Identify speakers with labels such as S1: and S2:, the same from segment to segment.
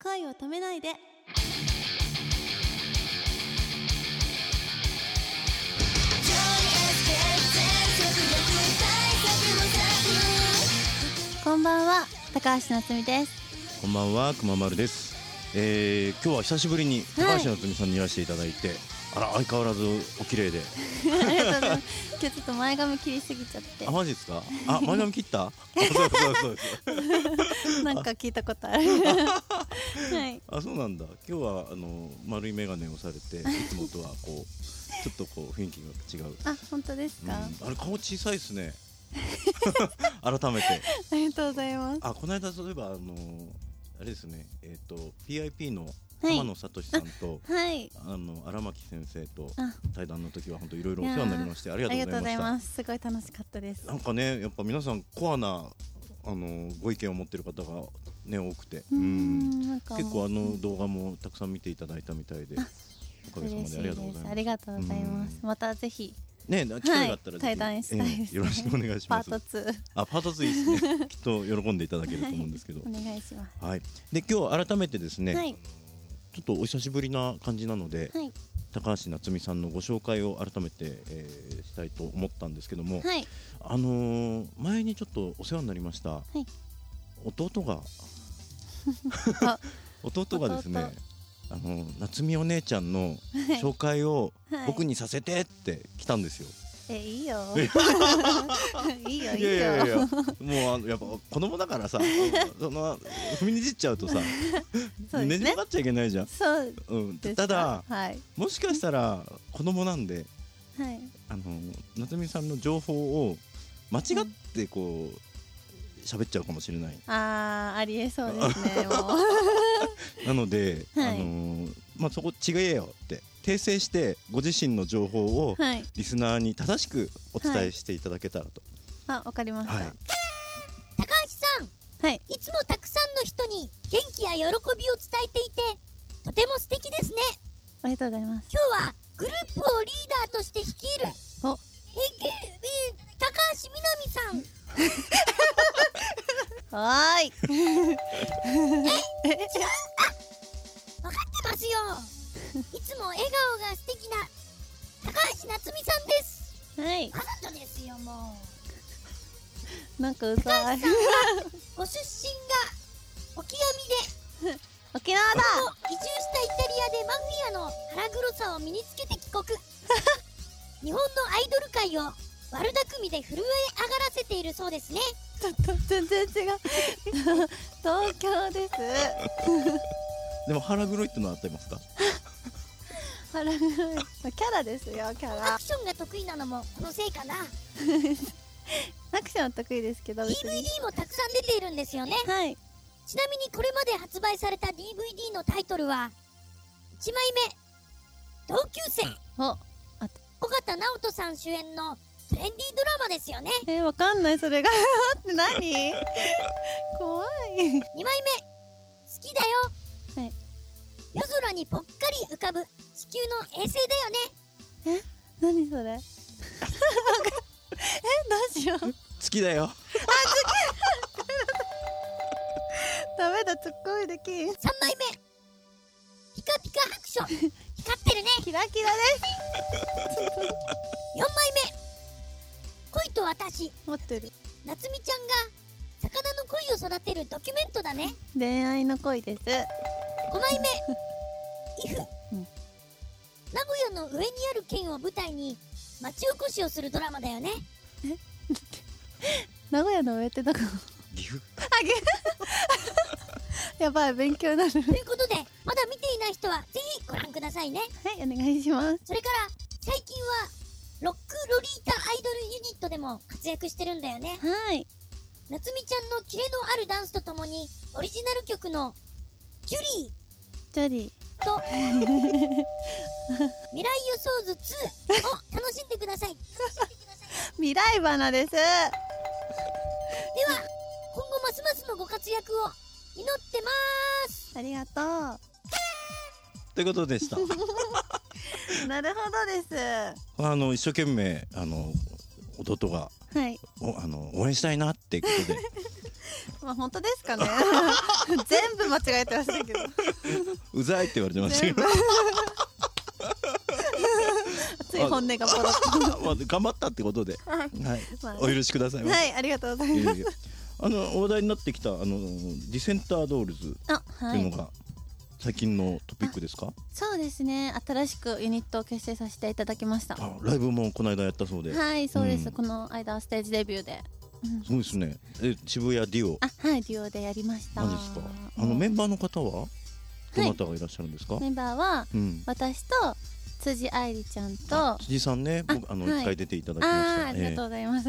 S1: 恋を止めないでこんばんは高橋夏実 です
S2: こんばんは、くままるです。えー、今日は久しぶり
S1: は
S2: に
S1: い
S2: 高橋夏実さんにいらしていただいて、あら相変わらずお綺麗で。
S1: ありがとうございます今日ちょっと前髪切りすぎちゃって
S2: あマジですか？ あ前髪切った？あそうそうそうです。
S1: なんか聞いたこと あるはい
S2: あそうなんだ。今日はあの丸い眼鏡をされて、いつもとはこうちょっとこう雰囲気が違う。
S1: あ本当です
S2: うん、
S1: か、
S2: あれ顔小さいで すね。改めて。
S1: ありがとうございます
S2: あこの間そういえばあのあれですね。えっ、と PIP の
S1: はい
S2: 浜野聡さんと、
S1: はい
S2: あの荒牧先生と
S1: あ
S2: 対談の時は本当いろいろお世話になりましてあ
S1: あ
S2: りがと
S1: り
S2: う
S1: が
S2: ご
S1: とうござい
S2: ざいました
S1: ますすごい楽しかったです
S2: なんかねやっぱ皆さんコアなあのご意見を持ってる方がね多くて
S1: うー
S2: うん
S1: んなんかもう
S2: 結構あの動画もたくさん見ていただいたみたいでおかげさま
S1: 嬉し
S2: で
S1: い
S2: ありがとうご
S1: で
S2: ざ
S1: す
S2: いま
S1: あ
S2: す
S1: りがとうございますまたぜひ
S2: ね機会があったらぜひ
S1: 対談したいですね
S2: ええよろしくお願いし
S1: パ
S2: ま
S1: ー
S2: す
S1: ト2
S2: あパート2いいですねきっと喜んでいただけると思うんです けど
S1: お願いします
S2: はいで今日改めてですね
S1: はい
S2: ちょっとお久しぶりな感じなので
S1: はい
S2: 高橋夏実さんのご紹介を改めてえーしたいと思ったんですけども
S1: はい
S2: あのー前にちょっとお世話になりました、
S1: い
S2: 弟が
S1: あ
S2: 弟がですね
S1: 弟
S2: あの夏美お姉ちゃんの紹介を
S1: はい
S2: 僕にさせてって来たんですよ。
S1: えいいよいいよいいよ
S2: いや もうあのやっぱ子供 だからさその踏みにじっちゃうとさ、
S1: そうです
S2: ねじ
S1: ね
S2: 曲がっちゃいけないじゃん。
S1: そう
S2: うん、
S1: です
S2: ただ
S1: かはい
S2: もしかしたら子供なんで
S1: はい
S2: あの夏美さんの情報を間違ってこう喋っちゃうかもしれない。
S1: あーありえそうです ねもう
S2: なので、
S1: はい
S2: あのーまあ、そこ違えよって訂正してご自身の情報を
S1: はい
S2: リスナーに正しくお伝えしていただけたらと。
S1: あわかりました
S2: はい
S1: はい、
S3: 高橋さんいつもたくさんの人に元気や喜びを伝えていてとても素敵ですね
S1: ありがとうございます
S3: 今日はグループをリーダーとして率いる
S1: お
S3: えけえー高橋みなみさん
S1: はー い
S3: 分かってますよいつも笑顔が素敵な高橋夏実さんです
S1: はい
S3: わざとですよもう
S1: なんかうざい
S3: ご出身が沖
S1: 沖縄だ
S3: 縄と移住したイタリアでマフィアの腹黒さを身につけて帰国日本のアイドル界を悪巧みで震え上がらせているそうですね
S1: ちょっと全然違う東京です
S2: でも腹黒いってのはあってますか。
S1: 腹黒いキャラですよキャラ
S3: アクションが得意なのもこのせいかな
S1: アクションは得意ですけど別
S3: DVD
S1: に
S3: もたくさん出ているんですよね
S1: はい
S3: ちなみにこれまで発売された DVD のタイトルは1枚目同級生
S1: お
S3: 尾形直人さん主演のトレンディードラマですよね
S1: えーわかんないそれが って何怖い
S3: 2枚目好きだ
S1: は
S3: よ、
S1: い
S3: 夜空にぽっかり浮かぶ地球の衛星だよね
S1: 何それ えどうしよう
S2: 好きだよ。
S1: ダメだツッコミできん
S3: 3枚目ピカピカハクシ ョン光ってるね
S1: キラキラです
S3: 4枚目恋と私
S1: 持ってる
S3: 夏美ちゃんが魚の恋を育てるドキュメントだね
S1: 恋愛の恋です
S3: 5枚目イフ、
S1: うん
S3: 名古屋の上にある県を舞台に町おこしをするドラマだよね
S1: 名古屋の上ってどこ
S2: 岐阜。
S1: やばい勉強になるは
S3: ということでまだ見ていない人はぜひご覧くださいね
S1: いお願いします
S3: それから最近はロックロリータアイドルユニットでも活躍してるんだよね
S1: はい
S3: 夏美ちゃんのキレのあるダンスとともにオリジナル曲の「ジュリ
S1: ジョリ
S3: ー」と「未来予想図2」を楽しんでください
S1: ー未来花です
S3: では今後ますますのご活躍を祈ってます
S1: ありがと
S2: ということ でした。
S1: うなるほどです
S2: あの一生懸命あの弟が
S1: はい
S2: おあの応援したいなってことで
S1: まあ本当です かね全部間違えてましたけど
S2: うざいって言われてましたけ
S1: 全部
S2: ど
S1: つい本音がポロッ
S2: まあ頑張ったってことで、
S1: はい
S2: はい
S1: まあ、
S2: お許しください
S1: とはいありがとうござい
S2: い
S1: ま
S2: や
S1: す
S2: いやあの話題になってきたあのディセンタードールズ
S1: あ
S2: っ
S1: は
S2: ていう
S1: い
S2: のが最近のトピックですか、
S1: そうですね新しくユニットを結成させていただきました
S2: あライブもこの間やったそうで、
S1: はいそうです、
S2: うん
S1: この間ステージデビューで、うん
S2: そうですねえ渋谷ディオ
S1: あはいデュオでやりました
S2: なんですかあのメンバーの方はどなたがいらっしゃるんですか、
S1: メンバーは
S2: うん
S1: 私と辻愛理ちゃんと
S2: あ
S1: あ
S2: 辻さんね僕
S1: あ
S2: あの
S1: はい
S2: 一回出ていただきまし
S1: あー
S2: た
S1: ありがとうご
S2: ね
S1: ざいます、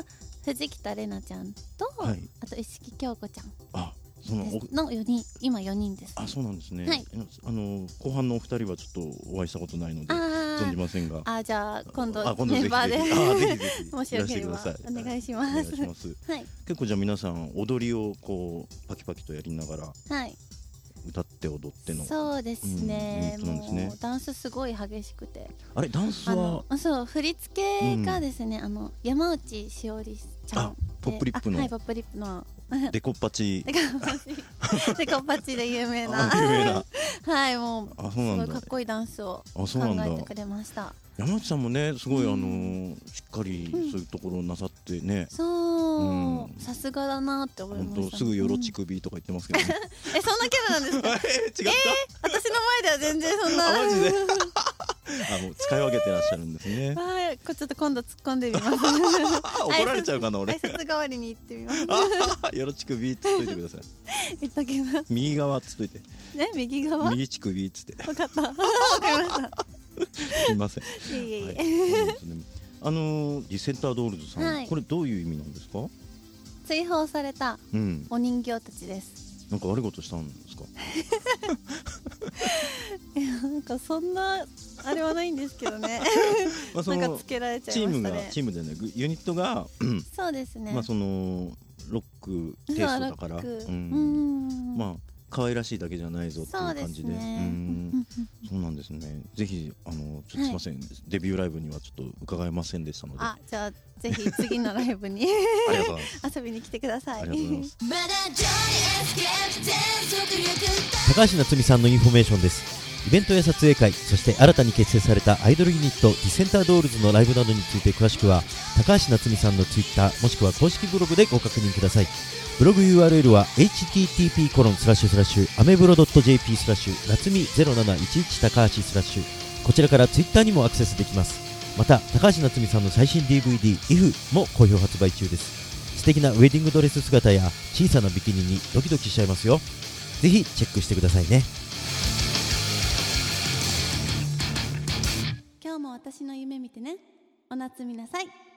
S1: と藤北玲奈ちゃんと、
S2: はい
S1: あと一色京子ちゃん
S2: あその
S1: で
S2: お
S1: すの4人今4人です
S2: あそうなんですね、
S1: はい
S2: あの後半のお二人はちょっとお会いしたことないので
S1: あ
S2: 存じ
S1: ー
S2: ませんが
S1: あーじゃあ今度
S2: あ今度
S1: メ
S2: ぜ
S1: ン
S2: ひ
S1: バーで
S2: ぜひあぜひぜひ
S1: もしよけれ
S2: いら
S1: ば
S2: してくださ
S1: お願いしま
S2: お願い
S1: す
S2: します
S1: はい
S2: 結構じゃあ皆さん踊りをこうパキパキとやりながら
S1: はい
S2: 歌って踊っての
S1: そうですね,、
S2: うんユニットなんですね
S1: もうダンスすごい激しくて
S2: あれダンス
S1: あ
S2: は
S1: のそう振り付けがですね、あの山内しおりちゃん
S2: あポップリップの
S1: あはいポップリップの
S2: デコ パチ
S1: デカパチ デカパチで有名な
S2: あ有名な
S1: はいもう
S2: あそう
S1: す
S2: な
S1: ご
S2: ん
S1: いか
S2: だ
S1: っこいいダンスを
S2: あそ
S1: 考
S2: うなんだ
S1: えてくれました
S2: 山内さんもねすごいあ
S1: うん
S2: のーしっかりそういうところをなさってね
S1: そううんさすがだなって思いまし
S2: 本当
S1: た
S2: すぐよろち
S1: く
S2: 首とか言ってますけどね
S1: えそんなキャラなんですか
S2: え 違っ
S1: 私の前では全然そんな
S2: あマジでたあもう使い分けてらっしゃるんで すね
S1: はいこちょっと今度突っ込んでみます
S2: あ 怒られちゃうかな俺
S1: 挨拶代わりに言ってみます
S2: あよろち首っつっといてください
S1: 言っとき ます
S2: 右側っつ っといて
S1: ね右側分
S2: 右乳首っつ って
S1: かったわかりまし
S2: すいません
S1: たいえいえいえ、
S2: はいそうなんですねあのーディセンタードールズさん、
S1: はい
S2: これどういう意味なんですか？
S1: 追放された
S2: うん、
S1: お人形たちです
S2: なんか悪いことしたんで すか？
S1: いやなんかそんなあれはないんですけど ね
S2: まあ
S1: な
S2: そ
S1: んか
S2: の
S1: つけられち
S2: チ
S1: ゃい
S2: ー
S1: ま
S2: ム
S1: した
S2: が
S1: ね
S2: チームでねグユニットが、
S1: そうですね
S2: まあそのロックテイストだか
S1: そうラッ
S2: ら、
S1: ク
S2: うん、
S1: うん
S2: まあ可愛らしいだけじゃないぞっていう
S1: そうで
S2: 感
S1: す
S2: じで、う
S1: ね
S2: ん、そうなんですね。ぜひあのちょっとすいません、デビューライブにはちょっと伺えませんでしたので、あ
S1: あじゃあぜひ次のライブに
S2: りがとうございます。
S1: 遊びに来てください
S2: ありがとうございます。
S4: まだジョイエスケープ全速力
S5: 高橋夏実さんのインフォメーションですイベントや撮影会そして新たに結成されたアイドルユニットディセンタードールズのライブなどについて詳しくは高橋夏実さんのツイッターもしくは公式ブログでご確認くださいブログ URL は http コロンスラッシュスラッシュアメブロ .jp スラッシュ夏実0711高橋スラッシュこちらからツイッターにもアクセスできますまた高橋夏実さんの最新 DVD「IF」も好評発売中です素敵なウェディングドレス姿や小さなビキニにドキドキしちゃいますよぜひチェックしてくださいね
S1: 今日も私の夢見てねお夏みなさい